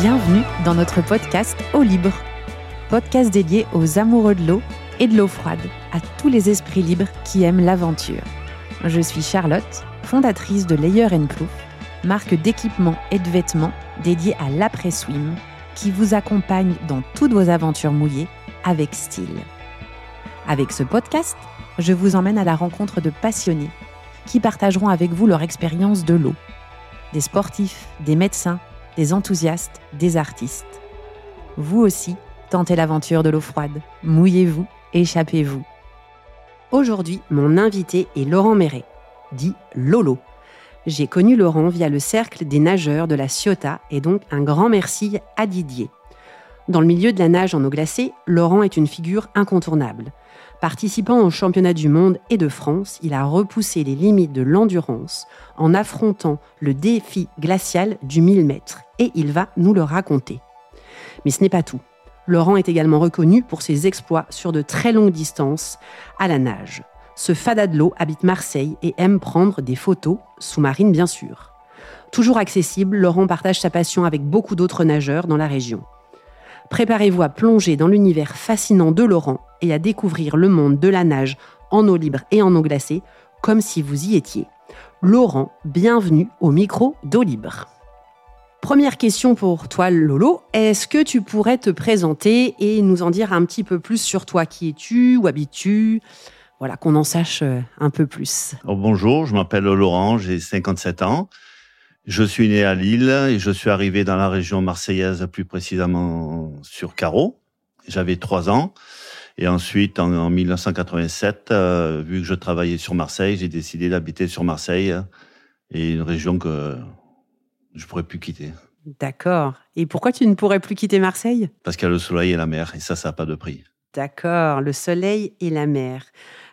bienvenue dans notre podcast Eau Libre, podcast dédié aux amoureux de l'eau et de l'eau froide, à tous les esprits libres qui aiment l'aventure. Je suis Charlotte, fondatrice de Layer Plouf, marque d'équipements et de vêtements dédiée à l'après-swim, qui vous accompagne dans toutes vos aventures mouillées avec style. Avec ce podcast, je vous emmène à la rencontre de passionnés qui partageront avec vous leur expérience de l'eau. Des sportifs, des médecins, des enthousiastes, des artistes. Vous aussi, tentez l'aventure de l'eau froide. Mouillez-vous, échappez-vous. Aujourd'hui, mon invité est Laurent Méret, dit Lolo. J'ai connu Laurent via le cercle des nageurs de la Ciotat et donc un grand merci à Didier. Dans le milieu de la nage en eau glacée, Laurent est une figure incontournable. Participant aux championnats du monde et de France, il a repoussé les limites de l'endurance en affrontant le défi glacial du 1000 mètres et il va nous le raconter. Mais ce n'est pas tout. Laurent est également reconnu pour ses exploits sur de très longues distances à la nage. Ce fada de l'eau habite Marseille et aime prendre des photos, sous-marines bien sûr. Toujours accessible, Laurent partage sa passion avec beaucoup d'autres nageurs dans la région. Préparez-vous à plonger dans l'univers fascinant de Laurent et à découvrir le monde de la nage en eau libre et en eau glacée comme si vous y étiez. Laurent, bienvenue au micro d'eau libre. Première question pour toi, Lolo. Est-ce que tu pourrais te présenter et nous en dire un petit peu plus sur toi Qui es-tu Où habites-tu Voilà, qu'on en sache euh, un peu plus. Oh, bonjour, je m'appelle Laurent, j'ai 57 ans. Je suis né à Lille et je suis arrivé dans la région marseillaise, plus précisément sur Carreau. J'avais trois ans. Et ensuite, en, en 1987, euh, vu que je travaillais sur Marseille, j'ai décidé d'habiter sur Marseille euh, et une région que je pourrais plus quitter. D'accord. Et pourquoi tu ne pourrais plus quitter Marseille Parce qu'il y a le soleil et la mer et ça, ça n'a pas de prix. D'accord, le soleil et la mer.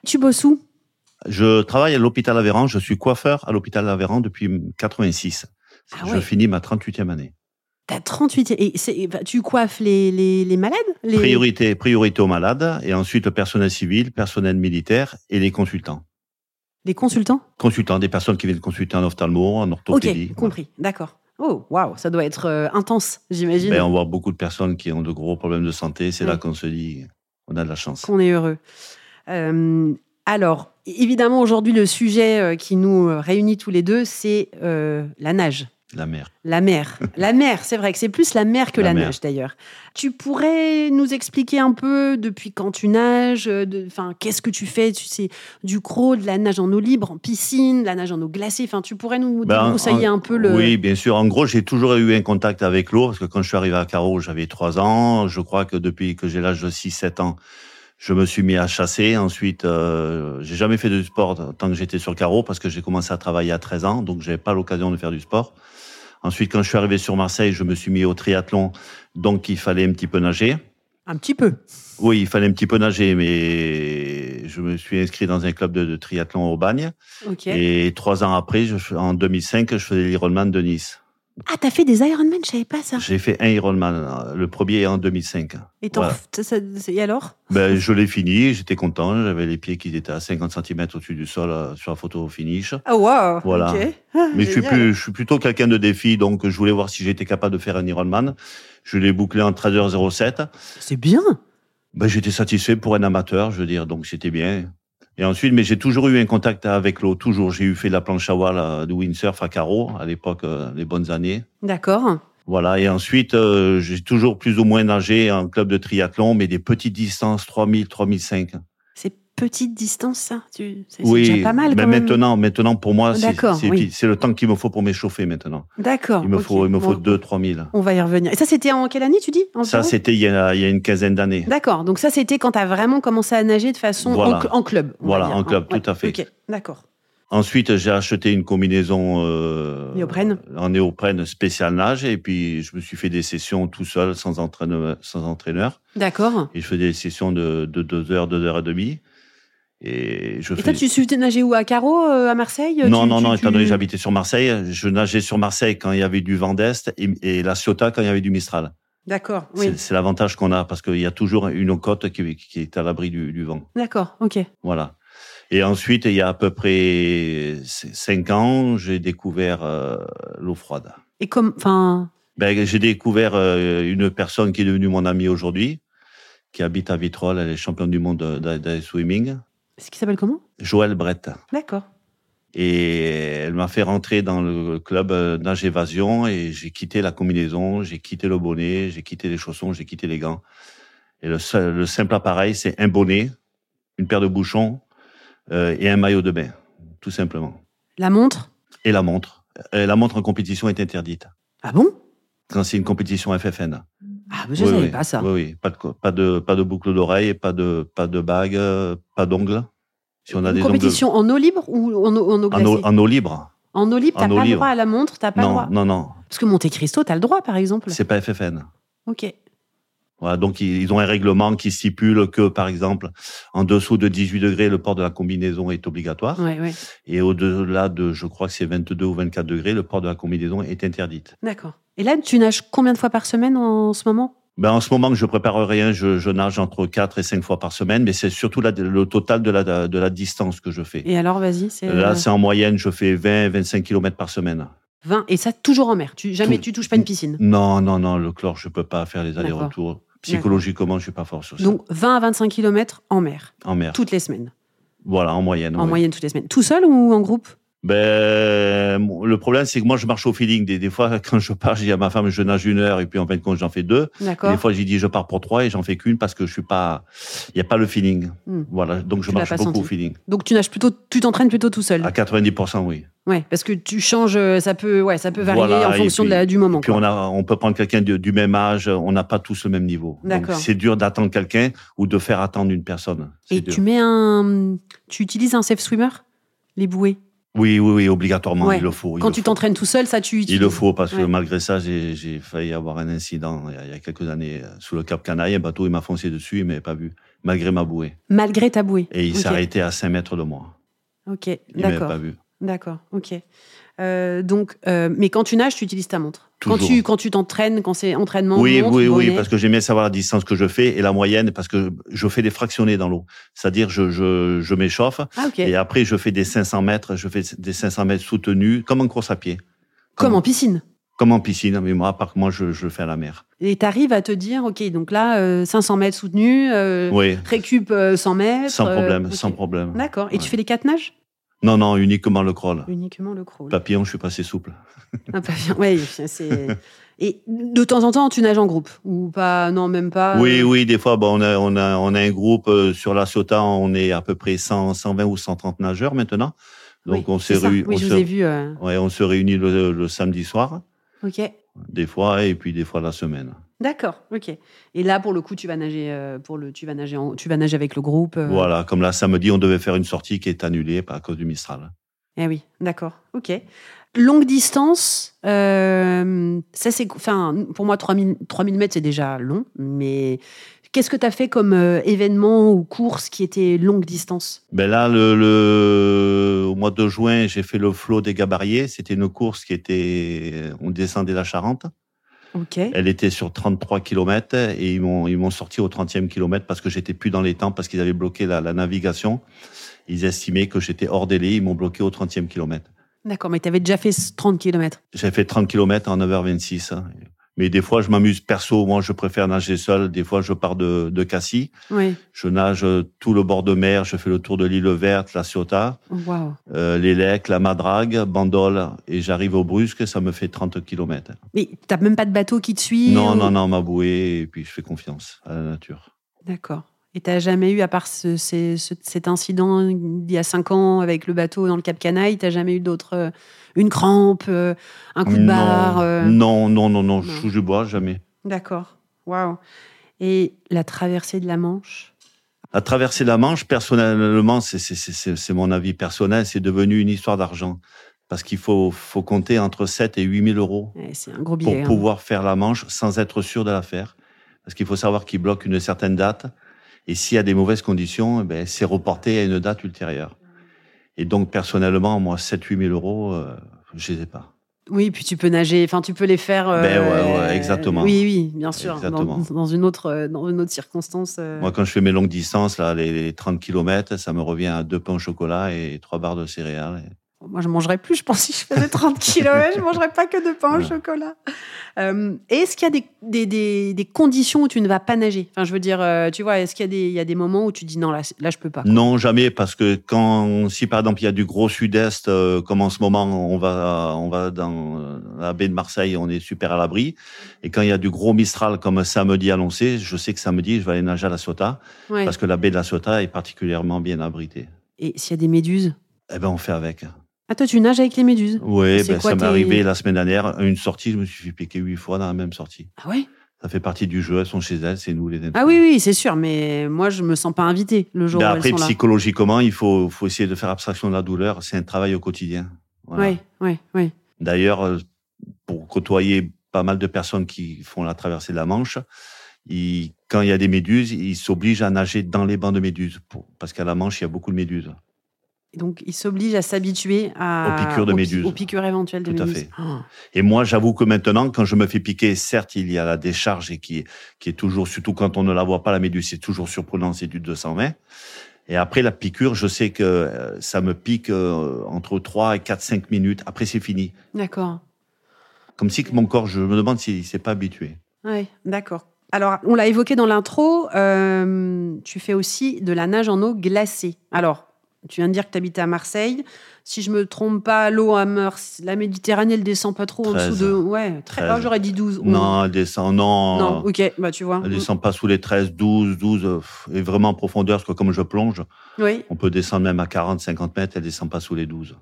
Tu bosses où Je travaille à l'hôpital Aveyron. Je suis coiffeur à l'hôpital Aveyron depuis 86. Ah Je ouais. finis ma 38e année. T'as 38 et c'est- bah, tu coiffes les, les, les malades les... Priorité, priorité aux malades et ensuite le personnel civil, personnel militaire et les consultants. les consultants Consultants, des personnes qui viennent consulter en ophtalmo, en Ok, orthopédie. Voilà. compris, d'accord. Oh, waouh, ça doit être euh, intense, j'imagine, Ben, on voit beaucoup de personnes qui ont de gros problèmes de santé. C'est Ouais. là qu'on se dit, on a de la chance. qu'on est heureux. Euh, alors, évidemment, aujourd'hui, le sujet euh, qui nous euh, réunit tous les deux, c'est euh, la nage. La mer. La mer. La mer, c'est vrai que c'est plus la mer que la, La mer. nage d'ailleurs. Tu pourrais nous expliquer un peu depuis quand tu nages, euh, de- enfin qu'est-ce que tu fais, tu sais, du crawl, de la nage en eau libre, en piscine, de la nage en eau glacée, enfin tu pourrais nous Ben, déconseiller un peu le Oui, bien sûr. En gros, j'ai toujours eu un contact avec l'eau parce que quand je suis arrivé à Caro, j'avais trois ans. Je crois que depuis que j'ai l'âge de 6-7 ans, je me suis mis à chasser. Ensuite, euh, j'ai jamais fait de sport tant que j'étais sur Caro parce que j'ai commencé à travailler à 13 ans, donc j'avais pas l'occasion de faire du sport. Ensuite, quand je suis arrivé sur Marseille, je me suis mis au triathlon, donc il fallait un petit peu nager. un petit peu. Oui, il fallait un petit peu nager, mais je me suis inscrit dans un club de, de triathlon au Bagne. OK. Et trois ans après, je- en 2005, je faisais l'Ironman de Nice. Ah, t'as fait des Ironman, je savais pas ça. J'ai fait un Ironman, le premier en 2005. Et, t'en Voilà. f- ça- ça- et alors Ben, je l'ai fini, j'étais content, j'avais les pieds qui étaient à 50 cm au-dessus du sol euh, sur la photo au finish. Ah waouh. Voilà. OK. Mais je suis, Génial. plus, je suis plutôt quelqu'un de défi, donc je voulais voir si j'étais capable de faire un Ironman. Je l'ai bouclé en 13h07. C'est bien. Ben, j'étais satisfait pour un amateur, je veux dire, donc c'était bien. Et ensuite, mais j'ai toujours eu un contact avec l'eau, toujours. J'ai eu fait de la planche à voile euh, de windsurf à carreau, à l'époque, euh, les bonnes années. D'accord. Voilà, et ensuite, euh, j'ai toujours plus ou moins nagé en club de triathlon, mais des petites distances, 3000, 3005. C'est petite distance ça. Tu c'est c'est déjà pas mal mais quand même. Oh, maintenant, maintenant pour moi, c'est D'accord, c'est- oui. c'est le temps qu'il me faut pour m'échauffer maintenant. D'accord. Il me ok. faut, il me faut Bon, deux, trois mille. On va y revenir. Et ça c'était en quelle année tu dis Ça, environ c'était il, y a- il y a une quinzaine d'années. D'accord. Donc ça, c'était quand tu as vraiment commencé à nager de façon Voilà. en, cl- en club. on va Voilà, dire, en hein. club, tout à fait. Ok, d'accord. Ensuite, j'ai acheté une combinaison euh, Néoprène. en néoprène spécial nage, et puis je me suis fait des sessions tout seul, sans entraîneur, sans entraîneur. D'accord. et je faisais des sessions de, de deux heures, deux heures et demie. Et je Et toi, fais- tu suis nager où À Carreau, euh, à Marseille Non, Tu- non, tu- non, tu- étant donné que j'habitais sur Marseille, je nageais sur Marseille quand il y avait du vent d'Est et, et la Ciotat quand il y avait du Mistral. D'accord, C'est- oui. C'est l'avantage qu'on a parce qu'il y a toujours une côte qui, qui est à l'abri du, du vent. D'accord, ok. Voilà. Et ensuite, il y a à peu près c- cinq ans, j'ai découvert euh, l'eau froide. Et comme, enfin, Ben, j'ai découvert euh, une personne qui est devenue mon amie aujourd'hui, qui habite à Vitrolles, elle est championne du monde de, de- de swimming, Ce qui s'appelle comment Joël Brett. D'accord. Et elle m'a fait rentrer dans le club euh, nage évasion et j'ai quitté la combinaison, j'ai quitté le bonnet, j'ai quitté les chaussons, j'ai quitté les gants. Et le, seul- le simple appareil, c'est un bonnet, une paire de bouchons euh, et un maillot de bain, tout simplement. La montre Et la montre. Euh, la montre en compétition est interdite Ah bon quand c'est une compétition FFN. Ah, mais je Oui, savais oui. pas ça. Oui, oui. Pas de, co- pas de, pas de boucle d'oreille, pas de, pas de bague, euh, pas d'ongles. Si on a Une des ongles compétition en eau libre ou en eau, en eau en glacée eau, en eau libre. En eau en libre, t'as eau pas le libre. droit à la montre, t'as pas le droit. Non, non, non. Parce que Monte Cristo, t'as le droit, par exemple. C'est pas FFN. Ok. Voilà, donc ils ils ont un règlement qui stipule que, par exemple, en dessous de 18 degrés, le port de la combinaison est obligatoire. Ouais, ouais. Et au-delà de, je crois que c'est 22 ou 24 degrés, le port de la combinaison est interdite. D'accord. Et là, tu nages combien de fois par semaine en ce moment Ben, en ce moment que je prépare rien, je, je nage entre 4 et 5 fois par semaine, mais c'est surtout la- le total de la, de la distance que je fais. Et alors, vas-y, c'est Là, euh, c'est en moyenne, je fais 20-25 km par semaine. 20. Et ça, toujours en mer. Tu, jamais Tout- tu touches pas une piscine. Non, non, non, le chlore, je peux pas faire les D'accord. allers-retours. Psychologiquement, je suis pas fort sur ça. Donc, 20 à 25 km en mer, en mer. toutes les semaines. Voilà, en moyenne. En oui. moyenne, toutes les semaines. Tout seul ou en groupe Ben, mon- le problème, c'est que moi, je marche au feeling. Des, des fois, quand je pars, j'ai dis à ma femme, je nage une heure, et puis en fin de compte, j'en fais deux. D'accord. Des fois, j'ai dit, je pars pour trois, et j'en fais qu'une parce que je suis pas, il n'y a pas le feeling. Hmm. Voilà. Donc, je Tu l'as marche pas beaucoup au senti. feeling. Donc, tu nages plutôt, tu t'entraînes plutôt tout seul. À 90%, oui. Ouais, parce que tu changes, euh, ça peut, ouais, ça peut varier Voilà, en et fonction puis- de la- du moment. Puis quoi. on a, on peut prendre quelqu'un de- du même âge, on n'a pas tous le même niveau. Donc, D'accord. C'est dur d'attendre quelqu'un ou de faire attendre une personne. C'est Et dur. tu mets un, tu utilises un safe swimmer, les bouées. Oui, oui, oui, obligatoirement, Ouais. il le faut. il Quand le tu faut. t'entraînes tout seul, ça tu utilises. Il le faut parce que Ouais. malgré ça, j'ai j'ai failli avoir un incident il y a, il y a quelques années euh, sous le Cap Canaille. Un bateau, il m'a foncé dessus, il m'avait pas vu, malgré ma bouée. Malgré ta bouée. Et il s'est Ok. arrêté à 5 mètres de moi. Ok, Il m'avait pas d'accord, vu. d'accord, ok. Euh, donc, euh, mais quand tu nages, tu utilises ta montre. Quand Toujours. tu quand tu t'entraînes, quand c'est entraînement. oui, montre, oui, oui, bonnet. parce que j'aime bien savoir la distance que je fais et la moyenne parce que je fais des fractionnés dans l'eau. C'est-à-dire, je, je, je m'échauffe Ah ok. et après, je fais des 500 mètres, je fais des 500 mètres soutenus, comme en course à pied. Comme en piscine. Comme en piscine, mais moi, à part que moi, je, je le fais à la mer. Et t'arrives à te dire, ok, donc là, euh, 500 mètres soutenu, euh, Oui, récup euh, 100 mètres. sans euh, problème, ok. sans problème. D'accord. Et tu Ouais. fais les quatre nages Non, non, uniquement le crawl. Uniquement le crawl. Papillon, je suis passé souple. Un pavillon, Ah, ouais, c'est. Et de temps en temps, tu nages en groupe ou pas Non, même pas. Oui, euh, oui, des fois, bah, on, a, on, a, on a un groupe euh, sur la Ciotat, on est à peu près 100, 120 ou 130 nageurs maintenant. Donc oui, on s'est c'est ça. réu- Oui, on je se- vous ai vu. euh, ouais, on se réunit le, le samedi soir, Ok. des fois, et puis des fois la semaine. D'accord. Ok. Et là, pour le coup, tu vas nager euh, pour le, tu vas nager, en- tu vas nager avec le groupe. euh, Voilà, comme là, samedi, on devait faire une sortie qui est annulée à cause du Mistral. Eh oui. D'accord. Ok. Longue distance. euh, ça c'est, enfin, pour moi, 3000 3000 mètres, c'est déjà long. Mais qu'est-ce que tu as fait comme euh, événement ou course qui était longue distance Ben là, le, le- au mois de juin, j'ai fait le flot des Gabariers. C'était une course qui était... On descendait la Charente. Ok. Elle était sur 33 km et ils m'ont ils m'ont sorti au 30e kilomètre parce que j'étais plus dans les temps parce qu'ils avaient bloqué la, la navigation. Ils estimaient que j'étais hors délai, ils m'ont bloqué au 30e kilomètre. D'accord. Mais tu avais déjà fait 30 km. J'ai fait 30 km en 9h26. hein. Mais des fois, je m'amuse perso. Moi, je préfère nager seul. Des fois, je pars de, de Cassis. Oui. Je nage euh, tout le bord de mer. Je fais le tour de l'île verte, la Ciotat, Waouh. euh, les Lecs, la Madrague, Bandol. Et j'arrive au Brusque. Ça me fait 30 km. Mais t'as même pas de bateau qui te suit Non, ou- non, non, ma bouée. Et puis, je fais confiance à la nature. D'accord. Et t'as jamais eu, à part ce- ces- ce- cet incident il y a cinq ans avec le bateau dans le Cap Canaille, t'as jamais eu d'autres. euh, une crampe, euh, un coup de Ah, non, barre euh, non, non, non, non, non. je touche du bois, jamais. D'accord. Waouh. Et la traversée de la Manche À traverser la Manche, personnellement, c'est- c'est- c'est c'est- c'est mon avis personnel, c'est devenu une histoire d'argent. Parce qu'il faut, faut compter entre 7 et 8 000 euros Ouais, C'est un gros pour billet. hein. pouvoir faire la Manche sans être sûr de la faire. Parce qu'il faut savoir qu'il bloque une certaine date. Et s'il y a des mauvaises conditions, eh ben, c'est reporté à une date ultérieure. Et donc, personnellement, moi, 7 8 000 euros, euh, je les ai pas. Oui, puis tu peux nager, enfin tu peux les faire. euh, Ben ouais, ouais, exactement. Oui, oui, bien sûr. Dans, Exactement. dans une autre, euh, dans une autre circonstance. euh, Moi, quand je fais mes longues distances, là, les, les 30 km, ça me revient à deux pains au chocolat et trois barres de céréales. Moi, je mangerais plus, je pense, si je faisais 30 kilos, hein, je mangerais pas que de pain au Ouais. chocolat. Euh, et est-ce qu'il y a des, des, des- des conditions où tu ne vas pas nager Enfin, je veux dire, euh, tu vois, est-ce qu'il y, a des- il y a des moments où tu dis non, là, c'est- là je peux pas quoi. Non, jamais, parce que quand, si par exemple il y a du gros sud-est, euh, comme en ce moment, on va, on va dans euh, la baie de Marseille, on est super à l'abri. Et quand il y a du gros mistral comme samedi annoncé, je sais que samedi, je vais aller nager à la Sota, Ouais. parce que la baie de la Sota est particulièrement bien abritée. Et s'il y a des méduses Eh ben, on fait avec. Ah, toi, tu nages avec les méduses Oui, C'est ben, quoi ça m'est tes- arrivé la semaine dernière. Une sortie, je me suis fait piquer huit fois dans la même sortie. Ah ouais Ça fait partie du jeu, elles sont chez elles, c'est nous les Ah oui, oui, c'est sûr, mais moi, je me sens pas invitée le jour Ben, où elles après, sont là. psychologiquement, il faut, faut essayer de faire abstraction de la douleur. C'est un travail au quotidien. Voilà. Ouais, ouais, ouais. D'ailleurs, euh, pour côtoyer pas mal de personnes qui font la traversée de la Manche, ils- quand il y a des méduses, ils s'obligent à nager dans les bancs de méduses, pour- parce qu'à la Manche, il y a beaucoup de méduses. Et donc, ils s'obligent à s'habituer à... Aux piqûres de pi- méduses. Aux piqûres éventuelles de Tout à méduses. fait. Ah. Et moi, j'avoue que maintenant, quand je me fais piquer, certes, il y a la décharge et qui, qui est toujours, surtout quand on ne la voit pas, la méduse, c'est toujours surprenant, c'est du 220. Et après, la piqûre, je sais que euh, ça me pique euh, entre 3 et 4, 5 minutes. Après, c'est fini. D'accord. Comme si que mon corps, je me demande s'il s'est pas habitué. Ouais, d'accord. Alors, on l'a évoqué dans l'intro, euh, tu fais aussi de la nage en eau glacée. Alors, tu viens de dire que tu habites à Marseille. Si je me trompe pas, l'eau à Mars, la Méditerranée, elle descend pas trop en 13. dessous de. Ouais, très. Ah, 13. j'aurais dit 12. Non, elle descend, non. Non, ok, bah tu vois. Elle descend pas sous les 13, 12, 12, euh, pff, et vraiment en profondeur, parce que comme je plonge, Oui, on peut descendre même à 40, 50 mètres, elle descend pas sous les 12.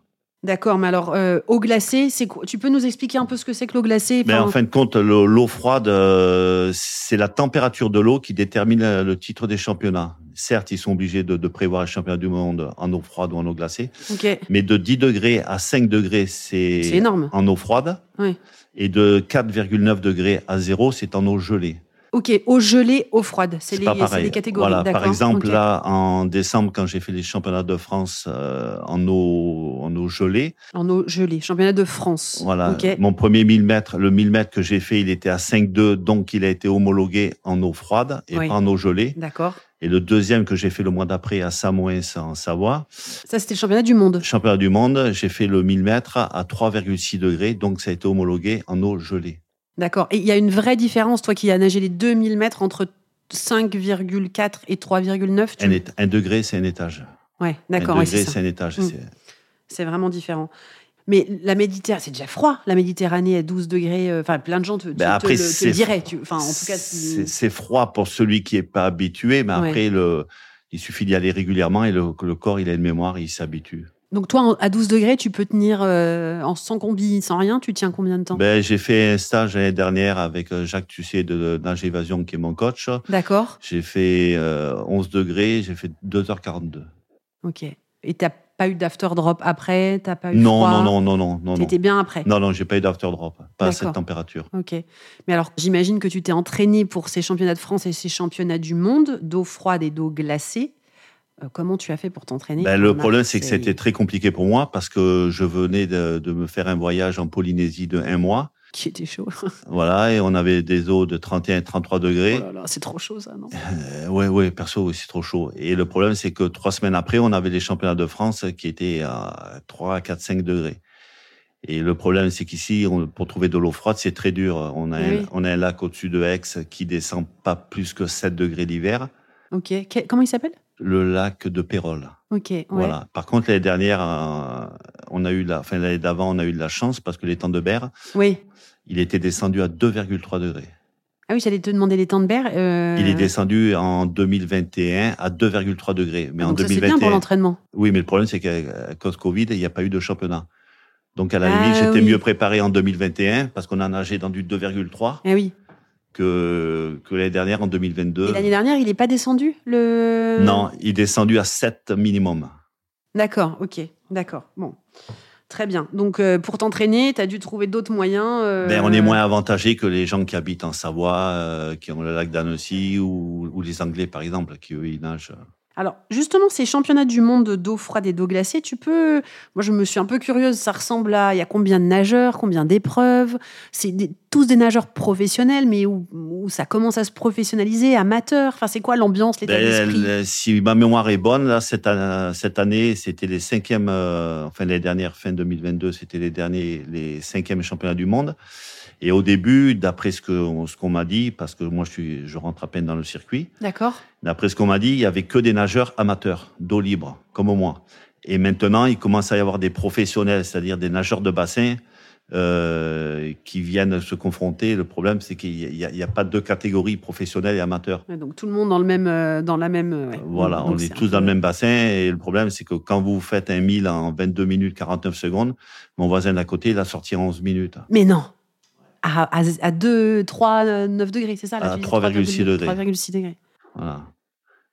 d'accord, mais alors, euh, eau glacée, c'est quoi Tu peux nous expliquer un peu ce que c'est que l'eau glacée Mais en Enfin, fin de compte, le- l'eau froide, euh, c'est la température de l'eau qui détermine euh, le titre des championnats. Certes, ils sont obligés de, de prévoir les championnats du monde en eau froide ou en eau glacée, Ok, mais de 10 degrés à 5 degrés, c'est c'est énorme. en eau froide, Oui. et de 4,9 degrés à 0, c'est en eau gelée. Ok, eau gelée, eau froide, c'est les, c'est les catégories. Voilà, par d'accord, exemple, ok. là, en décembre, quand j'ai fait les championnats de France euh, en, eau, en eau gelée, En eau gelée, championnat de France. voilà, Ok. mon premier 1000 mètres, le 1000 mètres que j'ai fait, il était à 5,2, donc il a été homologué en eau froide et Oui. pas en eau gelée. D'accord. Et le deuxième que j'ai fait le mois d'après à Samoins, en Savoie, Ça, c'était le championnat du monde. championnat du monde, j'ai fait le 1000 mètres à 3,6 degrés, donc ça a été homologué en eau gelée. D'accord. Et il y a une vraie différence, toi qui as nagé les 2000 mètres entre 5,4 et 3,9. Un, Tu... ét- un degré, c'est un étage. Ouais, Un d'accord, ouais, degré, c'est ça. c'est un étage. Mm. c'est- C'est vraiment différent. Mais la Méditerranée, c'est déjà froid. La Méditerranée à 12 degrés. euh, Enfin, plein de gens te, te- Ben te après, le, te le c'est- diraient. tu- Enfin, en tout cas, tu- c'est c'est froid pour celui qui est pas habitué, mais Ouais. après, le, il suffit d'y aller régulièrement et le, le corps, il a une mémoire, il s'habitue. donc toi, en- à 12 degrés, tu peux tenir euh, en sans combi, sans rien. Tu tiens combien de temps Ben, J'ai fait un stage l'année dernière avec euh, Jacques Tussier de Nage Évasion, qui est mon coach. D'accord. J'ai fait euh, 11 degrés, j'ai fait 2h42. Ok. Et t'as pas eu d'after drop après T'as pas eu Non, froid non, non, non, non, non, non. T'étais bien après. Non, non, j'ai pas eu d'after drop, pas à cette D'accord. température. Ok. Mais alors, j'imagine que tu t'es entraîné pour ces championnats de France et ces championnats du monde d'eau froide et d'eau glacée. Euh, comment tu as fait pour t'entraîner Ben, en le problème, c'est que Marseille c'était très compliqué pour moi parce que je venais de, de me faire un voyage en Polynésie de un mois. Qui était chaud. Oh Voilà, et on avait des eaux de 31 et 33 degrés. Oh là là, c'est trop chaud, ça, non Euh, ouais, ouais, perso, oui, c'est trop chaud. Et le problème, c'est que trois semaines après, on avait les championnats de France qui étaient à 3, 4, 5 degrés. Et le problème, c'est qu'ici, on- pour trouver de l'eau froide, c'est très dur. On a, Oui. un, on a un lac au-dessus de Aix qui descend pas plus que 7 degrés l'hiver, Ok. Que- comment il s'appelle le lac de Pérol. Ok. ouais. Voilà. Par contre, l'année dernière, euh, on a eu la, enfin, l'année d'avant, on a eu de la chance parce que l'étang de Berre, Oui. il était descendu à 2,3 degrés. Ah oui, j'allais te demander les temps de berre. euh, Il est descendu en 2021 à 2,3 degrés. Mais en Ah, donc ça, c'est 2021. bien pour l'entraînement. Oui, mais le problème, c'est qu'à à cause Covid, il n'y a pas eu de championnat. Donc, à la Ah, limite, j'étais oui. mieux préparé en 2021 parce qu'on a nagé dans du 2,3 Ah oui. que, que l'année dernière en Et 2022. l'année dernière, il n'est pas descendu le. Euh. Non, il est descendu à 7 minimum. D'accord, ok, d'accord. Bon, très bien. Donc, euh, pour t'entraîner, tu as dû trouver d'autres moyens. euh, Ben, on est moins avantagé que les gens qui habitent en Savoie, euh, qui ont le lac d'Annecy ou, ou les Anglais, par exemple, qui eux, ils nagent. Alors, justement, ces championnats du monde d'eau froide et d'eau glacée, tu peux. Moi, je me suis un peu curieuse. Ça ressemble à. Il y a combien de nageurs, combien d'épreuves C'est des- tous des nageurs professionnels, mais où, où ça commence à se professionnaliser, amateur. Enfin, c'est quoi l'ambiance, l'état Ben, d'esprit le- si ma mémoire est bonne, là, cette, an- cette année, c'était les cinquièmes, euh, enfin les dernières, fin 2022, c'était les derniers, les cinquièmes championnats du monde. Et au début, d'après ce que ce qu'on m'a dit, parce que moi je suis, je rentre à peine dans le circuit, D'accord d'après ce qu'on m'a dit, il y avait que des nageurs amateurs d'eau libre, comme moi. Et maintenant, il commence à y avoir des professionnels, c'est-à-dire des nageurs de bassin. euh, qui viennent se confronter. Le problème, c'est qu'il n'y a, il y a pas deux catégories, professionnels et amateurs. Ouais, Donc, tout le monde dans, le même, euh, dans la même. euh, ouais. Voilà, Donc, on c'est est un tous peu- dans le même bassin et le problème, c'est que quand vous faites un 1000 en 22 minutes 49 secondes, mon voisin d'à côté, il a sorti en 11 minutes. Mais non À, à, à 2, 3, euh, 9 degrés, c'est ça là, À tu dis 3,6 degrés. 3,6 degrés. Voilà.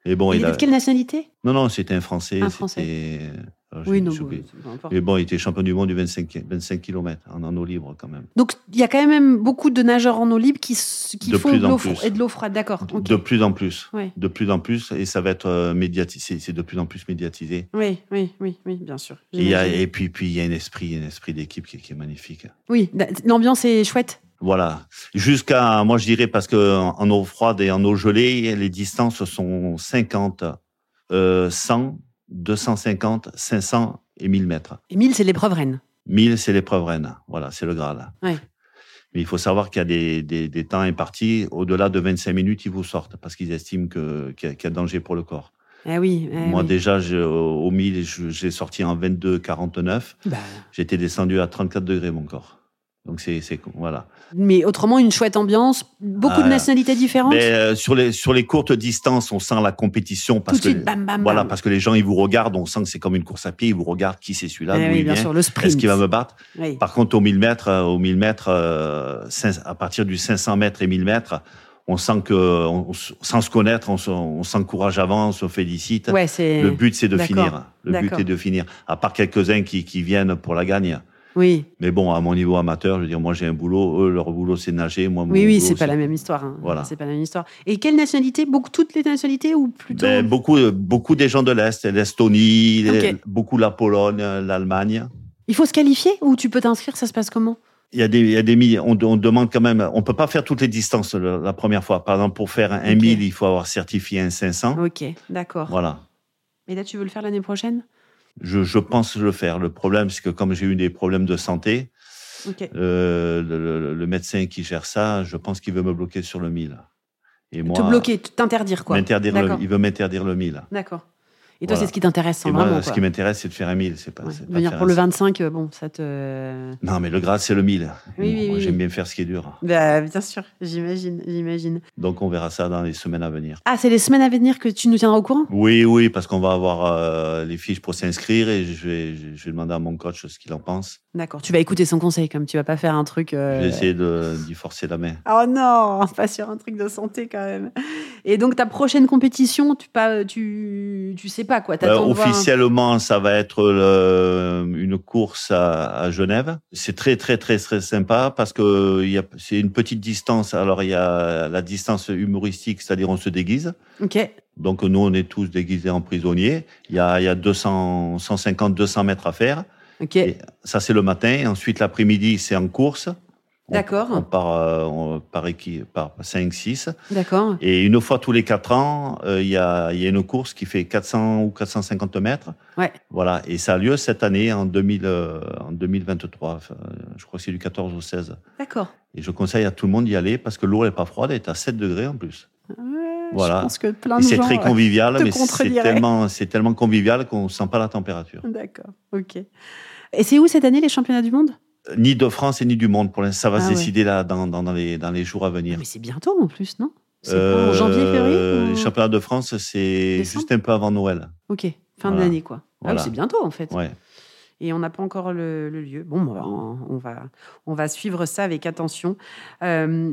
Et bon, il il était a... de quelle nationalité Non, non, c'était un Français. Un Français. c'était- euh, Alors, j'ai Oui, non, oublié. bon, peu importe. Mais bon, il était champion du monde du 25, 25 km en, en eau libre quand même. Donc, il y a quand même beaucoup de nageurs en eau libre qui, s- qui De font plus de en l'eau plus. fro- et de l'eau froide, d'accord. ok. De plus en plus. Ouais. De plus en plus. Et ça va être euh, médiatisé. C'est de plus en plus médiatisé. Oui, oui, oui, oui, bien sûr. Et, il y a- j'imagine. et puis, puis, il y a un esprit, un esprit d'équipe qui- qui est magnifique. hein. Oui, la- l'ambiance est chouette. Voilà. Jusqu'à, moi je dirais, parce que en eau froide et en eau gelée, les distances sont 50, euh, 100, 250, 500 et 1000 mètres. Et 1000, c'est l'épreuve reine. 1000, c'est l'épreuve reine. Voilà, c'est le Graal. Ouais. Mais il faut savoir qu'il y a des, des- des temps impartis. Au-delà de 25 minutes, ils vous sortent parce qu'ils estiment que- qu'il y, a- qu'il y a danger pour le corps. Eh oui. eh Moi, oui. déjà, j'ai- au au 1000, je- j'ai sorti en 22, 49. Bah, J'étais descendu à 34 degrés, mon corps. Donc, c'est, c'est, voilà. mais autrement, une chouette ambiance, beaucoup de Ah, nationalités différentes. Mais euh, sur les sur les courtes distances, on sent la compétition Tout parce de suite, que bam, bam, bam. voilà parce que les gens ils vous regardent, on sent que c'est comme une course à pied, ils vous regardent qui c'est celui-là, Eh d'où oui, il bien vient, sûr, le sprint. est-ce qu'il va me battre. Oui. Par contre au 1000 mètres, euh, au 1000 mètres, euh, cinq- à partir du 500 mètres et 1000 mètres, on sent que on, s- sans se connaître, on se- on s'encourage avant, on se félicite. Ouais, c'est. Le but c'est de D'accord, finir. Le but d'accord. est de finir. À part quelques uns qui qui viennent pour la gagne. Oui, Mais bon, à mon niveau amateur, je veux dire, moi j'ai un boulot, eux leur boulot c'est de nager, moi mon oui, oui, boulot, c'est pas la même histoire. hein. Voilà. C'est pas la même histoire. Et quelle nationalité Beaucoup toutes les nationalités ou plutôt Ben, beaucoup, beaucoup des gens de l'Est, l'Estonie, les- Ok. beaucoup la Pologne, euh, l'Allemagne. Il faut se qualifier ou tu peux t'inscrire Ça se passe comment Il y a des, il y a des milliers. On, on demande quand même, on peut pas faire toutes les distances le- la première fois. Par exemple, pour faire un Ok. Ah. 1000, il faut avoir certifié un 500. Ok, d'accord. Voilà. Et là, tu veux le faire l'année prochaine Je, je pense le faire. Le problème, c'est que comme j'ai eu des problèmes de santé, Ok. euh, le, le- le médecin qui gère ça, je pense qu'il veut me bloquer sur le 1000. Et moi, Te bloquer, te- t'interdire quoi. m'interdire le- D'accord. il veut m'interdire le 1000. D'accord. Et toi, Voilà. c'est ce qui t'intéresse Et hein, moi, vraiment ce quoi. qui m'intéresse, c'est de faire un 1000. C'est pas, Ouais, c'est pas Venir faire pour un le 25, euh, bon, ça te. Non, mais le grade, c'est le 1000. Oui, oui, Moi, oui, J'aime oui. bien faire ce qui est dur. Bah, bien sûr, j'imagine, j'imagine. Donc, on verra ça dans les semaines à venir. Ah, c'est les semaines à venir que tu nous tiendras au courant Oui, oui, parce qu'on va avoir euh, les fiches pour s'inscrire et je vais, je vais demander à mon coach ce qu'il en pense. D'accord, tu vas écouter son conseil, comme tu vas pas faire un truc. euh, Je vais essayer de- d'y forcer la main. Oh non, pas sur un truc de santé quand même. Et donc ta prochaine compétition, tu pas, tu, tu sais pas quoi. Euh, t'attends de voir hein. un- officiellement, ça va être le- une course à, à Genève. C'est très, très, très, très sympa parce que il y a- c'est une petite distance. Alors, il y a la distance humoristique, c'est-à-dire on se déguise. Ok. Donc nous, on est tous déguisés en prisonniers. Il y a, il y a 200, 150, 200 mètres à faire. Ok. Et ça, c'est le matin. Ensuite, l'après-midi, c'est en course. On- D'accord. On part euh, on- par, équi- par 5-6. D'accord. Et une fois tous les 4 ans, euh, il y, a, il y a une course qui fait 400 ou 450 mètres. Ouais. Voilà. Et ça a lieu cette année, en, 2000, euh, en 2023. Enfin, je crois que c'est du 14 au 16. D'accord. Et je conseille à tout le monde d'y aller parce que l'eau n'est pas froide, elle est à 7 degrés en plus. Ouais, Voilà. Je pense que plein Et de c'est gens. très convivial, te mais c'est contrediraient. tellement, c'est tellement convivial qu'on ne sent pas la température. D'accord. Ok. Et c'est où cette année les championnats du monde Ni de France et ni du monde, pour l'instant, ça va Ah se ouais. décider là dans, dans, dans les, dans les jours à venir. Ah, Mais c'est bientôt en plus, non C'est quoi, Euh, en janvier, février Les ou- championnats de France, c'est Décembre juste un peu avant Noël. Ok. Fin de Voilà. l'année quoi. Ah oui, Voilà. c'est bientôt en fait. Ouais. et on n'a pas encore le, le lieu. Bon, bah, on, on va, on va suivre ça avec attention. Euh,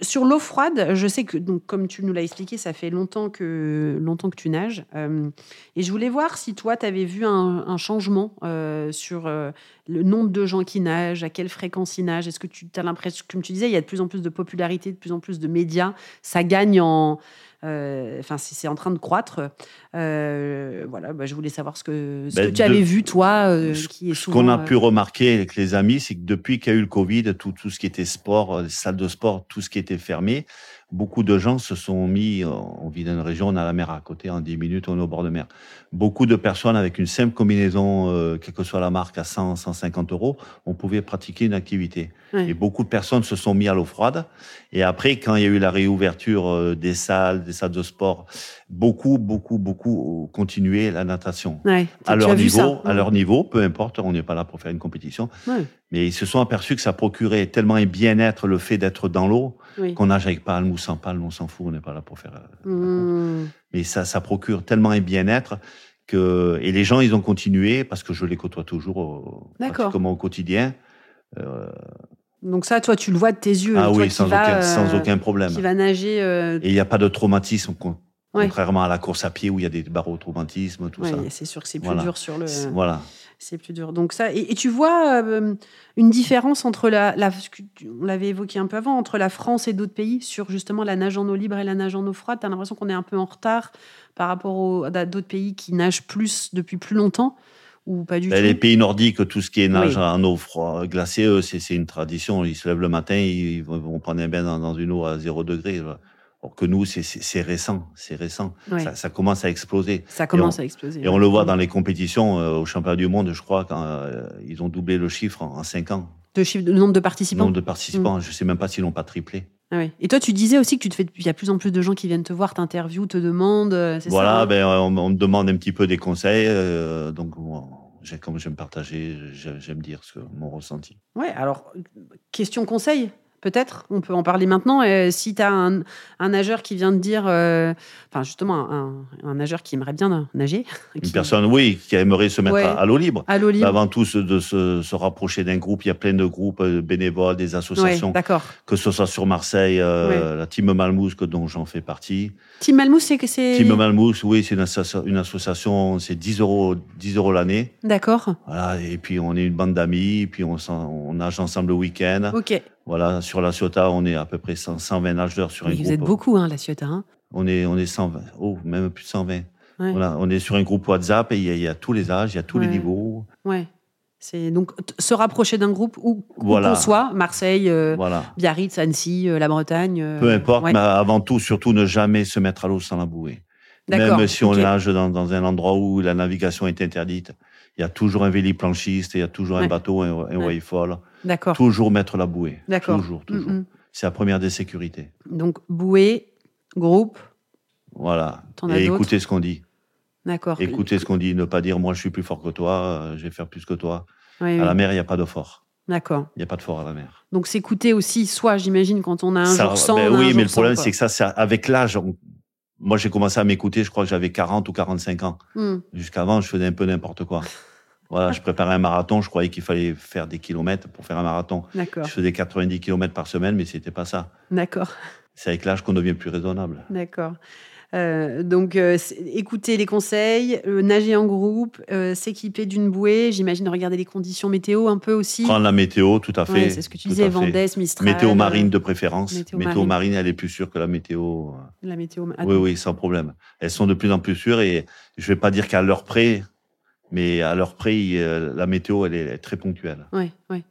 sur l'eau froide, je sais que, donc, comme tu nous l'as expliqué, ça fait longtemps que, longtemps que tu nages. Euh, et je voulais voir si toi, tu avais vu un, un changement euh, sur euh, le nombre de gens qui nagent, à quelle fréquence ils nagent. Est-ce que tu as l'impression, comme tu disais, il y a de plus en plus de popularité, de plus en plus de médias. Ça gagne en. euh, Enfin, c'est c'est en train de croître. Euh, voilà, bah, je voulais savoir ce que, ce Ben, que de- tu avais vu, toi, euh, qui est ce souvent. qu'on a euh, pu remarquer avec les amis, c'est que depuis qu'il y a eu le Covid, tout, tout ce qui était sport, euh, les salles de sport, tout ce qui était fermé, beaucoup de gens se sont mis, euh, on vit dans une région, on a la mer à côté, en 10 minutes, on est au bord de mer. Beaucoup de personnes avec une simple combinaison, euh, quelle que soit la marque, à 100, 150 euros, on pouvait pratiquer une activité. Ouais. Et beaucoup de personnes se sont mis à l'eau froide. Et après, quand il y a eu la réouverture euh, des salles, des salles de sport, beaucoup, beaucoup, beaucoup ont continué la natation ouais, tu à as leur vu niveau, ça à leur niveau, peu importe, on n'est pas là pour faire une compétition. Ouais. Mais ils se sont aperçus que ça procurait tellement un bien-être le fait d'être dans l'eau Oui. qu'on nage avec palme ou sans palme, on s'en fout, on n'est pas là pour faire. euh, Mmh. Mais ça, ça procure tellement un bien-être que et les gens, ils ont continué parce que je les côtoie toujours, au, D'accord. pratiquement au quotidien. Euh, Donc ça, toi, tu le vois de tes yeux. ah toi oui, qui sans vas, aucun, sans euh, aucun problème. Qui va nager. euh, Et il n'y a pas de traumatisme, con- Ouais. contrairement à la course à pied où il y a des barreaux de traumatisme, tout ouais, ça. c'est sûr que c'est plus Voilà. dur sur le. C'est- Voilà. C'est plus dur. Donc ça, et, et tu vois euh, une différence entre la, la- ce que tu- on l'avait évoqué un peu avant, entre la France et d'autres pays sur justement la nage en eau libre et la nage en eau froide. T'as l'impression qu'on est un peu en retard par rapport aux- à d'autres pays qui nagent plus depuis plus longtemps ou pas du Ben, tout. les pays nordiques, tout ce qui est nage Oui. en eau froide, glacée, eux, c'est c'est une tradition. Ils se lèvent le matin, ils ils vont vont prendre un bain dans, dans une eau à 0 degré. voilà. Alors que nous, c'est- c'est c'est récent, c'est récent. Ouais, ça, Ça, ça commence à exploser. commence et à exploser. Et on le voit dans les compétitions euh, aux championnats du monde, je crois, quand euh, ils ont doublé le chiffre en, 5 ans. le chiffre, le nombre de Le participants. nombre de participants, Mm. je sais même pas s'ils l'ont pas triplé. Ah ouais. Et toi, tu disais aussi que tu te fais, il y a de plus en plus de gens qui viennent te voir, t'interviewent, te demandent. euh, c'est ça, Voilà, hein ben, euh, on, on me demande un petit peu des conseils. euh, donc, moi, j'ai- comme j'aime partager, j'ai- j'aime dire ce que, mon ressenti. Ouais, alors, question conseil, peut-être, on peut en parler maintenant. Euh, si tu as un, un nageur qui vient de dire, euh, enfin, justement, un, un- un nageur qui aimerait bien nager, Une qui- personne, oui, qui aimerait se mettre Ouais. à- à l'eau libre. à l'eau Mais libre. avant tout, se- de se, se rapprocher d'un groupe. Il y a plein de groupes euh, bénévoles, des Ouais, associations, d'accord. que ce soit sur Marseille, euh, la Team Malmousse, que, dont j'en fais partie. Team Malmouth, c'est que c'est. Team Malmousse, oui, c'est une, asso- une association, c'est 10 euros, 10 euros l'année. D'accord, Voilà, et puis on est une bande d'amis, puis on, s'en- on nage ensemble le week-end. ok. Voilà, sur la Ciotat, on est à peu près 100 120 nageurs sur un Mais groupe. vous êtes beaucoup, hein, la Ciotat. hein. On est, on est 120, oh, même plus de 120. Ouais. Voilà, on est sur un groupe WhatsApp et il y, a- il y a tous les âges, il y a tous les Ouais. niveaux. Ouais. C'est donc t- se rapprocher d'un groupe où, où Voilà. qu'on soit, Marseille, euh, Voilà. Biarritz, Annecy, euh, la Bretagne. euh, Peu importe, ouais. mais avant tout, surtout, ne jamais se mettre à l'eau sans la bouée. D'accord, Même si on ok. nage dans, dans un endroit où la navigation est interdite, il y a toujours un véliplanchiste, il y a toujours Ouais. un bateau, un, un Ouais. wayfall. D'accord. Toujours mettre la bouée. D'accord. Toujours, toujours. Mm, C'est la première des sécurités. mm. Donc, bouée, groupe, Voilà. T'en as Et d'autres écoutez ce qu'on dit. d'accord. Écoutez ce qu'on dit. Ne pas dire, moi, je suis plus fort que toi, euh, je vais faire plus que toi. Ouais, À ouais. la mer, il n'y a pas de fort. D'accord. Il n'y a pas de fort à la mer. Donc s'écouter aussi, soit j'imagine quand on a un Ça- jour sans. ben on a un oui, jour mais le sans, problème, quoi. c'est que ça, c'est avec l'âge. on- Moi, j'ai commencé à m'écouter, je crois que j'avais 40 ou 45 ans. Hmm, Jusqu'avant, je faisais un peu n'importe quoi. Voilà, je préparais un marathon, je croyais qu'il fallait faire des kilomètres pour faire un marathon. D'accord, Je faisais 90 kilomètres par semaine, mais c'était pas ça. d'accord, C'est avec l'âge qu'on devient plus raisonnable. d'accord. Euh, donc euh, c'est- écouter les conseils, euh, nager en groupe, euh, s'équiper d'une bouée, j'imagine regarder les conditions météo un peu aussi. Prendre la météo, tout à fait. Mm. Ouais, c'est ce que tu tout disais, à fait. Vendès, Mistral. Météo marine euh, de préférence. météo Météo, marine. Ah marine. elle est plus sûre que la météo. la météo. ma- oui, oui, sans problème. Elles sont de plus en plus sûres et je vais pas dire qu'à l'heure près, mais à l'heure près, il- euh, la météo, elle est très ponctuelle. Ouais, ouais.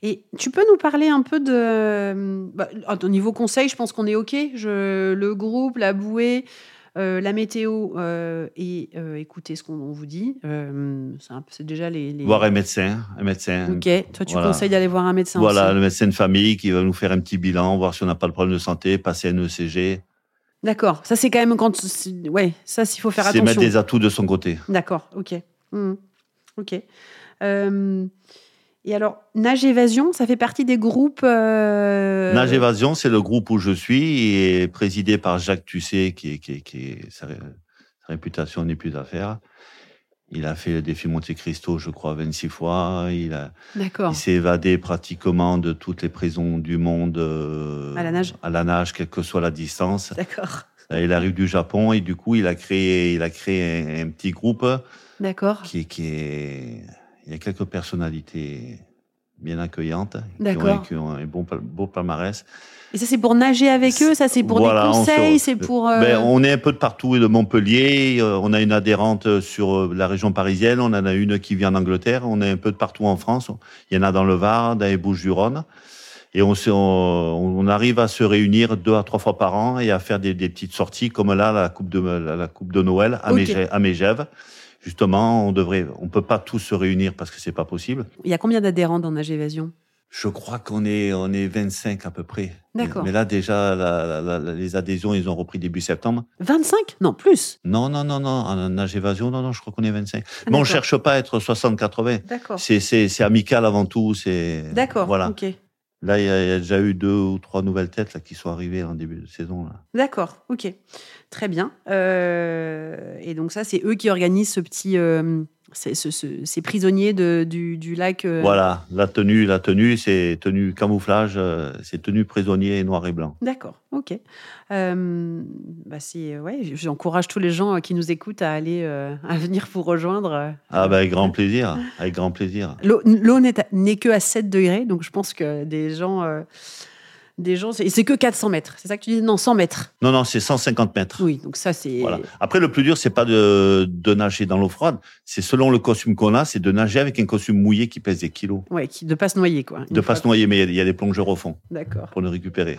Et tu peux nous parler un peu de. Bah, au niveau conseil, je pense qu'on est OK. Je, le groupe, la bouée, euh, la météo euh, et euh, écouter ce qu'on on vous dit. Euh, c'est un peu- c'est déjà les. les- Voir un médecin, un médecin, OK. Toi, tu Voilà. conseilles d'aller voir un médecin Voilà, aussi. le médecin de famille qui va nous faire un petit bilan, voir si on n'a pas de problème de santé, passer un E ECG. D'accord. Ça, c'est quand même quand. c'est- Ouais, ça, il faut faire C'est mettre attention. des atouts de son côté. D'accord. OK. Mhm. OK. Euh, et alors, nage évasion, ça fait partie des groupes. euh, Nage Évasion, c'est le groupe où je suis et est présidé par Jacques Tussé, qui est, qui est- qui est- sa, ré- sa réputation n'est plus à faire. Il a fait le défi Monte Cristo, je crois, 26 fois. Il, a- D'accord. il s'est évadé pratiquement de toutes les prisons du monde. euh, À la nage. À la nage, quelle que soit la distance. Euh, D'accord. Il arrive du Japon et du coup, il a créé, il a créé un, un petit groupe D'accord. qui, qui est. Il y a quelques personnalités bien accueillantes hein, qui ont, un- D'accord. qui ont un bon, pal- beau palmarès. Et ça, c'est pour nager avec eux, ça, c'est pour Voilà, des on se- conseils, c'est pour. euh, Ben, on est un peu de partout et de Montpellier. euh, On a une adhérente sur euh, la région parisienne. On en a une qui vient d'Angleterre. On est un peu de partout en France. Il y en a dans le Var, dans les Bouches-du-Rhône. Et on, se- on, on arrive à se réunir deux à trois fois par an et à faire des, des petites sorties comme là la coupe de la, la coupe de Noël à, Ok. Mégè- à Mégève. Justement, on devrait, on peut pas tous se réunir parce que c'est pas possible. Il y a combien d'adhérents dans Nage Évasion Je crois qu'on est, on est 25 à peu près. D'accord. Mais là, déjà, la- la- la- les adhésions, ils ont repris début septembre. 25 Non, plus. Non, non, non, non, en nage évasion, non, non, je crois qu'on est 25. Mais on Ah, D'accord. cherche pas à être 60-80. D'accord. C'est, c'est, c'est amical avant tout. C'est... D'accord. Voilà. ok. Là, il y, a- il y a déjà eu deux ou trois nouvelles têtes là, qui sont arrivées en début de saison. Là. Euh. D'accord, ok. Très bien. Euh, et donc ça, c'est eux qui organisent ce petit... euh, ces- ce- ce- ces prisonniers de- du, du lac... euh, Voilà, la tenue, la tenue, c'est tenue camouflage, euh, c'est tenue prisonnier noir et blanc. D'accord, ok. Euh, bah c'est, ouais, j'encourage tous les gens euh, qui nous écoutent à aller, euh, à venir vous rejoindre. euh. Ah ben, avec grand plaisir, avec grand plaisir. L'eau- L'eau n'est à- n'est que à 7 degrés, donc je pense que des gens, euh, des gens, c'est et c'est que 400 mètres. C'est ça que tu dis Non, 100 mètres. Non, non, c'est 150 mètres. Oui, donc ça c'est. Voilà. Après, le plus dur, c'est pas de, de nager dans l'eau froide, c'est selon le costume qu'on a, c'est de nager avec un costume mouillé qui pèse des kilos. Ouais, qui, de pas se noyer quoi. Une De fois- pas se noyer, mais il y a- il y a des plongeurs au fond D'accord. pour le récupérer.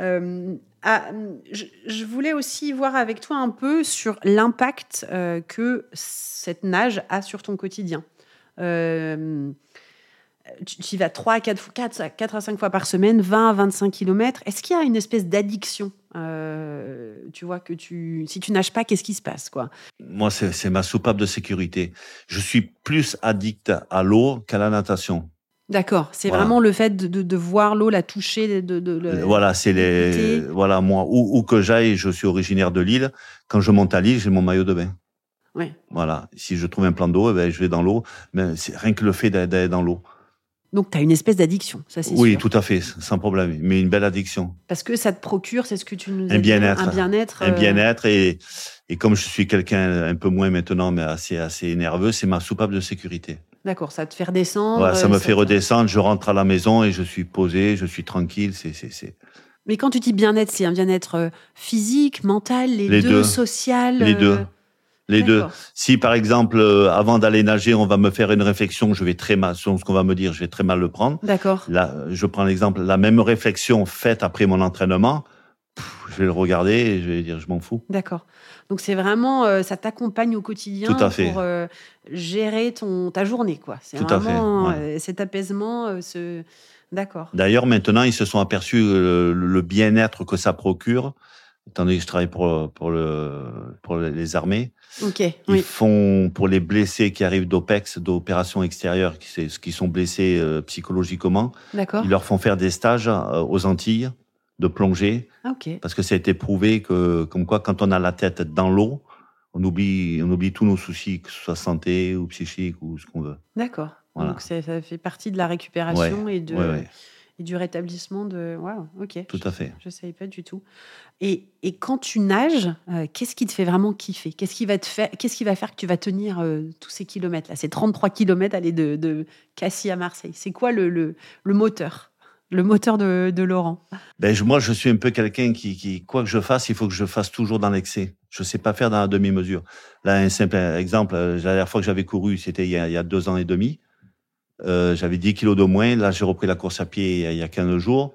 Euh, ah, je, je voulais aussi voir avec toi un peu sur l'impact euh, que cette nage a sur ton quotidien. Euh, tu, tu y vas 3 à 4, fois, 4, à- 4 à 5 fois par semaine, 20 à 25 km. Est-ce qu'il y a une espèce d'addiction euh, Tu vois que tu, si tu nages pas, qu'est-ce qui se passe quoi Moi, c'est c'est ma soupape de sécurité. Je suis plus addict à l'eau qu'à la natation. D'accord, c'est Voilà. Euh, vraiment le fait de, de- de voir l'eau, la toucher, de, de- le- voilà, c'est les. l'été. Voilà, moi, où, où que j'aille, je suis originaire de Lille. Quand je monte à Lille, j'ai mon maillot de bain. Ouais. Voilà. Si je trouve un plan d'eau, eh ben, je vais dans l'eau. Mais c'est rien que le fait d'a- d'aller dans l'eau. Donc tu as une espèce d'addiction, ça c'est Oui, sûr. tout à fait, sans problème. Mais une belle addiction. Parce que ça te procure, c'est ce que tu nous Un as dit, bien-être. Un bien-être. Un euh, bien-être. Et, et comme je suis quelqu'un un peu moins maintenant, mais assez, assez nerveux, c'est ma soupape de sécurité. D'accord, ça te faire descendre. Voilà, ça euh, me fait te- redescendre. Je rentre à la maison et je suis posé, je suis tranquille. C'est, c'est, c'est. Mais quand tu dis bien-être, c'est un bien-être euh, physique, mental, les, Les deux, deux. social. Les euh, deux. Les deux. d'accord. Si par exemple, euh, avant d'aller nager, on va me faire une réflexion, je vais très mal, selon ce qu'on va me dire, je vais très mal le prendre. D'accord. Là, euh, je prends l'exemple, la même réflexion faite après mon entraînement, pff, je vais le regarder et je vais dire, je m'en fous. D'accord. Donc c'est vraiment, euh, ça t'accompagne au quotidien Tout à fait. pour euh, gérer ton, ta journée, quoi. C'est Tout à fait, vraiment ouais. euh, cet apaisement, euh, ce... D'accord. D'ailleurs, maintenant, ils se sont aperçus euh, le, le bien-être que ça procure, étant donné que je travaille pour, pour, le, pour les armées. Ok, Ils oui. font pour les blessés qui arrivent d'OPEX, d'opérations extérieures, qui, c'est- qui sont blessés euh, psychologiquement, D'accord. ils leur font faire des stages euh, aux Antilles de plongée. Ah, ok. parce que ça a été prouvé que, comme quoi, quand on a la tête dans l'eau, on oublie, on oublie tous nos soucis, que ce soit santé ou psychique ou ce qu'on veut. D'accord. Voilà. Donc ça, ça fait partie de la récupération et, de, Oui, ouais, et du rétablissement de. Waouh, ok. tout à fait. Je ne savais pas du tout. Et, et quand tu nages, euh, qu'est-ce qui te fait vraiment kiffer Qu'est-ce qui, va te faire- qu'est-ce qui va faire que tu vas tenir euh, tous ces kilomètres-là Ces 33 kilomètres aller de, de Cassis à Marseille. C'est quoi le, le- le moteur Le moteur de, de Laurent Ben, je- moi, je suis un peu quelqu'un qui, qui, quoi que je fasse, il faut que je fasse toujours dans l'excès. Je sais pas faire dans la demi-mesure. Là, un simple exemple, euh, la dernière fois que j'avais couru, c'était il, y a- il y a deux ans et demi. Euh, j'avais 10 kilos de moins. Là, j'ai repris la course à pied il y a- il y a 15 jours.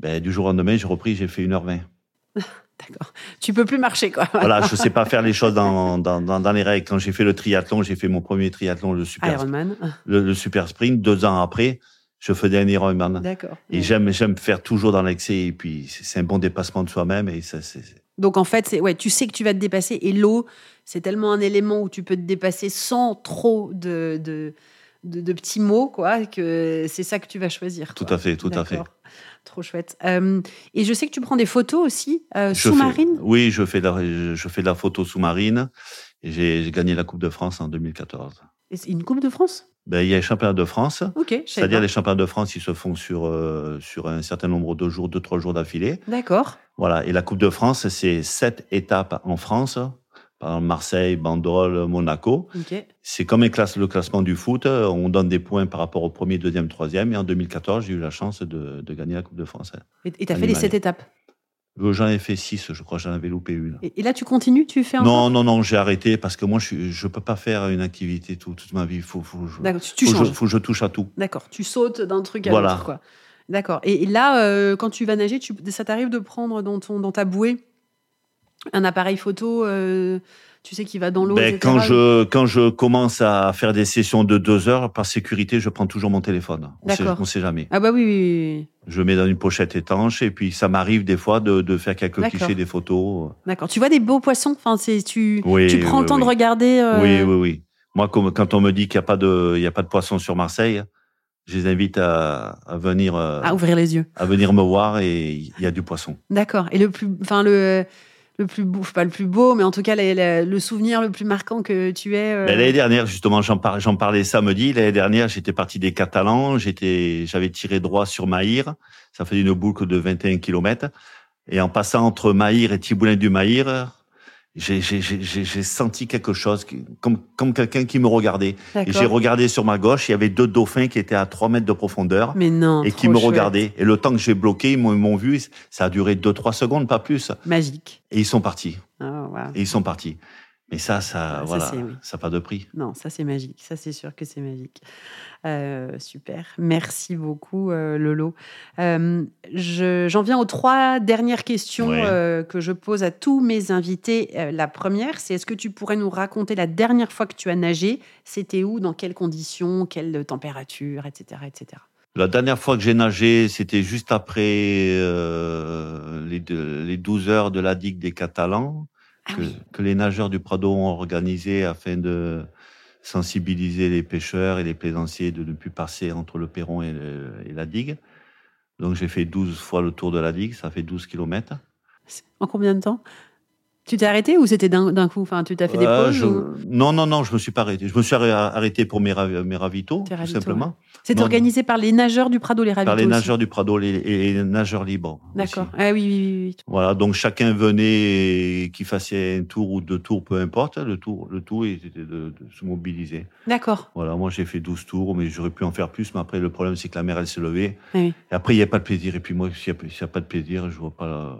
Ben, du jour au lendemain, j'ai repris, j'ai fait 1h20. D'accord. Tu peux plus marcher, quoi. voilà, je sais pas faire les choses dans, dans, dans, dans les règles. Quand j'ai fait le triathlon, j'ai fait mon premier triathlon, le super, Ironman. le, le super sprint. Deux ans après, je faisais un Ironman. D'accord. Et j'aime, j'aime faire toujours dans l'excès. Et puis, c'est c'est un bon dépassement de soi-même. Et ça, c'est, Donc en fait, c'est- ouais, tu sais que tu vas te dépasser. Et l'eau, c'est tellement un élément où tu peux te dépasser sans trop de, de, de- de petits mots, quoi, que c'est ça que tu vas choisir. tout quoi. à fait, tout à fait. D'accord. Trop chouette. Euh, et je sais que tu prends des photos aussi euh, Je sous-marines. fais- Oui, je fais de la, je, je fais de la photo sous-marine. Et j'ai, j'ai gagné la Coupe de France en 2014. Et c'est Une Coupe de France Ben, il y a les championnats de France. Ok. je savais C'est-à-dire pas. les championnats de France, ils se font sur, euh, sur un certain nombre de jours, deux, trois jours d'affilée. D'accord. Voilà. Et la Coupe de France, c'est sept étapes en France par exemple Marseille, Bandol, Monaco. Ok. C'est comme un classe- le classement du foot, euh, on donne des points par rapport au premier, deuxième, troisième. Et en 2014, j'ai eu la chance de, de gagner la Coupe de France. Et et t'as Ça fait les m'est sept étapes. Euh, J'en ai fait six, je crois, j'en avais loupé une. Et, et là, tu continues, tu fais un Non, non, non, j'ai arrêté parce que moi, je suis- je peux pas faire une activité tout- toute ma vie. Faut, faut, je- D'accord, tu, tu faut que je- changes. faut que je touche à tout. D'accord, tu sautes d'un truc à Voilà. l'autre, quoi. D'accord. Et, et là, euh, quand tu vas nager, tu, ça t'arrive de prendre dans, ton, dans ta bouée un appareil photo, euh, tu sais, qui va dans l'eau. Ben, etc. quand, je, quand je commence à faire des sessions de deux heures, par sécurité, je prends toujours mon téléphone. On sait, D'accord. on sait jamais. Ah bah oui, oui, oui. Je le mets dans une pochette étanche et puis ça m'arrive des fois de, de faire quelques D'accord. clichés des photos. D'accord. Tu vois des beaux poissons. Enfin, c'est tu. Oui, tu prends oui, le temps de oui. regarder. euh, Oui, oui, oui. Moi, comme- quand on me dit qu'il n'y a, pas de- il y a pas de poisson sur Marseille, je les invite à, à venir, euh, À ouvrir les yeux. à venir me voir et il y a du poisson. D'accord. Et le plus, enfin le le plus beau, pas le plus beau, mais en tout cas la- la- le souvenir le plus marquant que tu aies. euh, Ben, l'année dernière, justement, j'en par- j'en parlais samedi. L'année dernière, j'étais parti des Catalans. J'étais, j'avais tiré droit sur Maïr. Ça faisait une boucle de 21 km. Et en passant entre Maïr et Tiboulin du Maïr, j'ai j'ai- j'ai- j'ai- j'ai senti quelque chose, qui- comme, comme quelqu'un qui me regardait. Et j'ai D'accord. regardé sur ma gauche, il y avait deux dauphins qui étaient à 3 mètres de profondeur Mais non. et trop qui me chouette. regardaient. Et le temps que j'ai bloqué, ils m'ont ils m'ont vu. Ça a duré 2-3 secondes, pas plus. Magique. Et ils sont partis. Ah, waouh. Et ils sont partis. Mais ça, ça, Ça, voilà, c'est- oui. ça n'a pas de prix. Non, ça c'est magique, ça c'est sûr que c'est magique. Euh, super, merci beaucoup euh, Lolo. Euh, je- J'en viens aux trois dernières questions Ouais. euh, que je pose à tous mes invités. Euh, la première, c'est est-ce que tu pourrais nous raconter la dernière fois que tu as nagé C'était où, dans quelles conditions, quelle température, etc. etc. La dernière fois que j'ai nagé, c'était juste après euh, les, deux- les 12 heures de la digue des Catalans Ah que, oui, que les nageurs du Prado ont organisé afin de sensibiliser les pêcheurs et les plaisanciers de ne plus passer entre le perron et, le- et la digue. Donc j'ai fait 12 fois le tour de la digue, ça fait 12 kilomètres. en combien de temps Tu t'es arrêté ou c'était d'un d'un coup Enfin, tu t'as fait des Euh, pauses je- ou- Non, non, non, je me suis pas arrêté. Je me suis arrêté- arrêté pour mes, ravi- mes ravitaux, Tes tout ravitaux, simplement, C'est non. organisé par les nageurs du Prado, les ravitaux par les aussi. nageurs du Prado les- et les nageurs libres. aussi. D'accord. Ah oui, oui, oui, oui. Voilà, donc chacun venait et qu'il faisait un tour ou deux tours, peu importe. hein, Le tour, le tout était de, de se mobiliser. D'accord. Voilà, moi j'ai fait 12 tours, mais j'aurais pu en faire plus. Mais après, le problème, c'est que la mer, elle s'est levée. Ah oui. Et après, il n'y a pas de plaisir. Et puis moi, s'il n'y a, s'il y a pas de plaisir, je vois pas. la-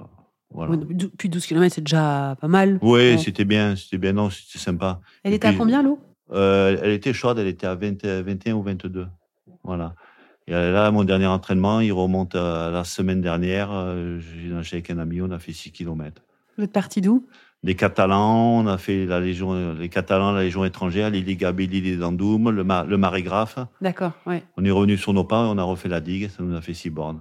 Voilà. Ouais, Oui, donc, dou- Puis 12 km, c'est déjà pas mal. Bon. c'était bien, c'était bien, non, c'était sympa. Elle Et était à puis- combien l'eau Euh, elle était chaude, elle était à 20 21 ou 22. Voilà. Et là, mon dernier entraînement, il remonte à la semaine dernière. Euh, J'ai nagé avec un ami, on a fait 6 kilomètres. Vous êtes parti d'où Les Catalans, on a fait la Légion, les Catalans, la Légion étrangère, l'île Gabelli, l'île d'Andoum, le, ma, le Marais Graff. D'accord, ouais. On est revenu sur nos pas et on a refait la digue. Ça nous a fait six bornes.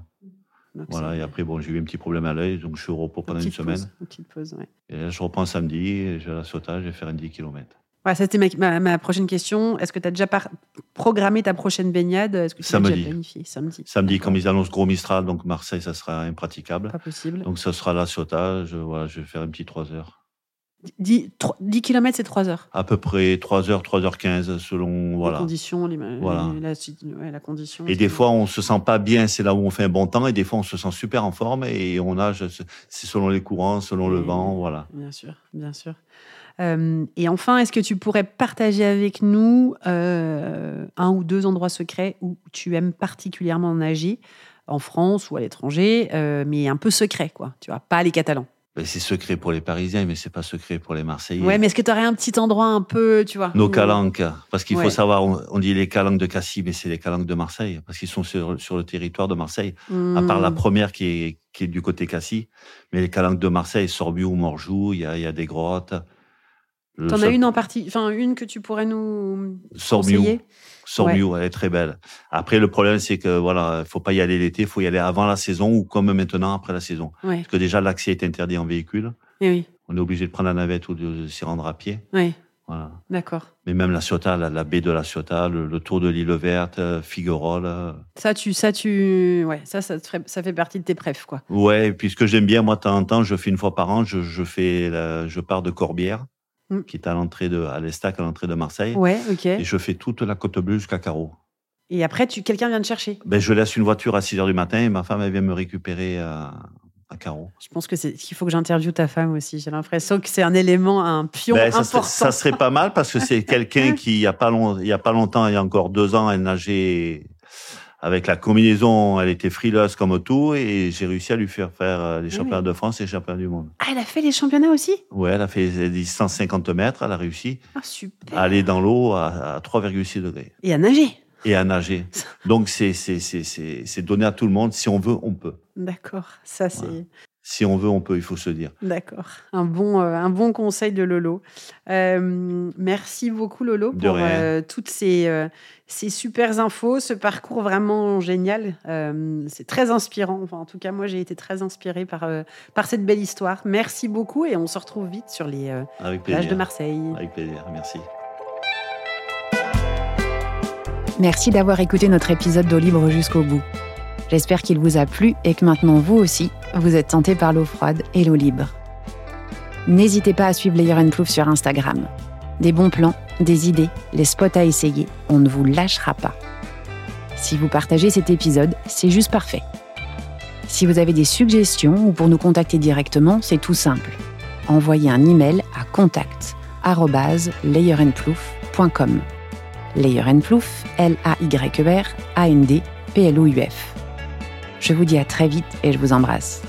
Donc, Voilà. c'est- Et après, bon, j'ai eu un petit problème à l'œil, donc je suis au repos pendant une petite semaine. Pause, une petite pause, ouais. Et là, je reprends samedi, et je vais à la sautage, je vais faire un 10 km. Voilà, ça c'était ma, ma- ma prochaine question. Est-ce que tu as déjà par- programmé ta prochaine baignade Est-ce que tu l'as Samedi. déjà planifié Samedi. Samedi, D'accord. comme ils annoncent gros Mistral, donc Marseille, ça sera impraticable. Pas possible. Donc, ça sera la sautage. Voilà, je vais faire un petit 3 heures. 10, km, c'est 3 heures. À peu près 3 heures, 3 heures 15 selon, Les voilà. conditions, les ma- Voilà. les- la, si- ouais, la condition. Et des fois, on se sent pas bien, c'est là où on fait un bon temps, et des fois, on se sent super en forme, et on nage, c'est selon les courants, selon le Oui. vent, voilà. Bien sûr, bien sûr. Euh, et enfin, est-ce que tu pourrais partager avec nous euh, un ou deux endroits secrets où tu aimes particulièrement nager en France ou à l'étranger, euh, mais un peu secret, quoi. Tu vois, pas les Catalans. Ben, c'est secret pour les Parisiens, mais c'est pas secret pour les Marseillais. Ouais, mais est-ce que tu aurais un petit endroit un peu, tu vois Nos où- calanques, parce qu'il Ouais. faut savoir, on, on dit les calanques de Cassis, mais c'est les calanques de Marseille, parce qu'ils sont sur, sur le territoire de Marseille, à part la Hmm. première qui est, qui est du côté Cassis, mais les calanques de Marseille, Sorbiou, Morjou, il y a, il y a des grottes. Le T'en as seul- une en partie, enfin une que tu pourrais nous Sorbiou, conseiller Sorbiou, elle est très belle. Après, le problème, c'est que voilà, faut pas y aller l'été, faut y aller avant la saison ou comme maintenant après la saison, Ouais. parce que déjà l'accès est interdit en véhicule, Eh oui, on est obligé de prendre la navette ou de, s'y rendre à pied. oui, Voilà. d'accord. Mais même la Ciotat, la, la baie de la Ciotat, le, le tour de l'île verte, euh, Figuerolles. euh. Ça, tu, ça, tu, ouais, ça, ça, te ferait- ça fait partie de tes préfs, quoi. Ouais, et puis ce que j'aime bien, moi, de temps en temps, je fais une fois par an, je, je fais la- je pars de Corbière, Mm. qui est à l'entrée de, à l'Estac, à l'entrée de Marseille, Ouais, ok. et je fais toute la côte bleue jusqu'à Carreau. Et après, tu, quelqu'un vient te chercher. Ben, je laisse une voiture à 6 heures du matin et ma femme, elle vient me récupérer à, à carreaux. Je pense que c'est qu'il faut que j'interviewe ta femme aussi. J'ai l'impression que c'est un élément, un Hein? pion Ben, ça, important. serait, ça serait pas mal parce que c'est quelqu'un qui, il y a pas long, il y a pas longtemps, il y a encore deux ans, elle nageait avec la combinaison, elle était frileuse comme tout, et j'ai réussi à lui faire faire euh, les Ah championnats de France et les championnats du monde. Ah, elle a fait les championnats aussi Ouais, elle a fait les 150 mètres, elle a réussi Ah, super. à aller dans l'eau à, à 3,6 degrés Et à nager. et à nager. Donc c'est c'est c'est c'est c'est donné à tout le monde. Si on veut, on peut. D'accord, ça c'est. Voilà. Si on veut, on peut. Il faut se dire. D'accord. Un bon, euh, un bon conseil de Lolo. Euh, merci beaucoup, Lolo, De pour rien. euh, toutes ces, euh, ces super infos, ce parcours vraiment génial. Euh, c'est très inspirant. Enfin, en tout cas, moi, j'ai été très inspirée par, euh, par cette belle histoire. Merci beaucoup et on se retrouve vite sur les euh, Avec plages plaisir. de Marseille. Avec plaisir. Merci. Merci d'avoir écouté notre épisode d'eau libre jusqu'au bout. J'espère qu'il vous a plu et que maintenant vous aussi, vous êtes tenté par l'eau froide et l'eau libre. N'hésitez pas à suivre Layer and Proof sur Instagram. Des bons plans, des idées, les spots à essayer, on ne vous lâchera pas. Si vous partagez cet épisode, c'est juste parfait. Si vous avez des suggestions ou pour nous contacter directement, c'est tout simple. Envoyez un email à contact layerandproof.com. Plouf, E L-A-Y-E-R, A-N-D, P-L-O-U-F. Je vous dis à très vite et je vous embrasse.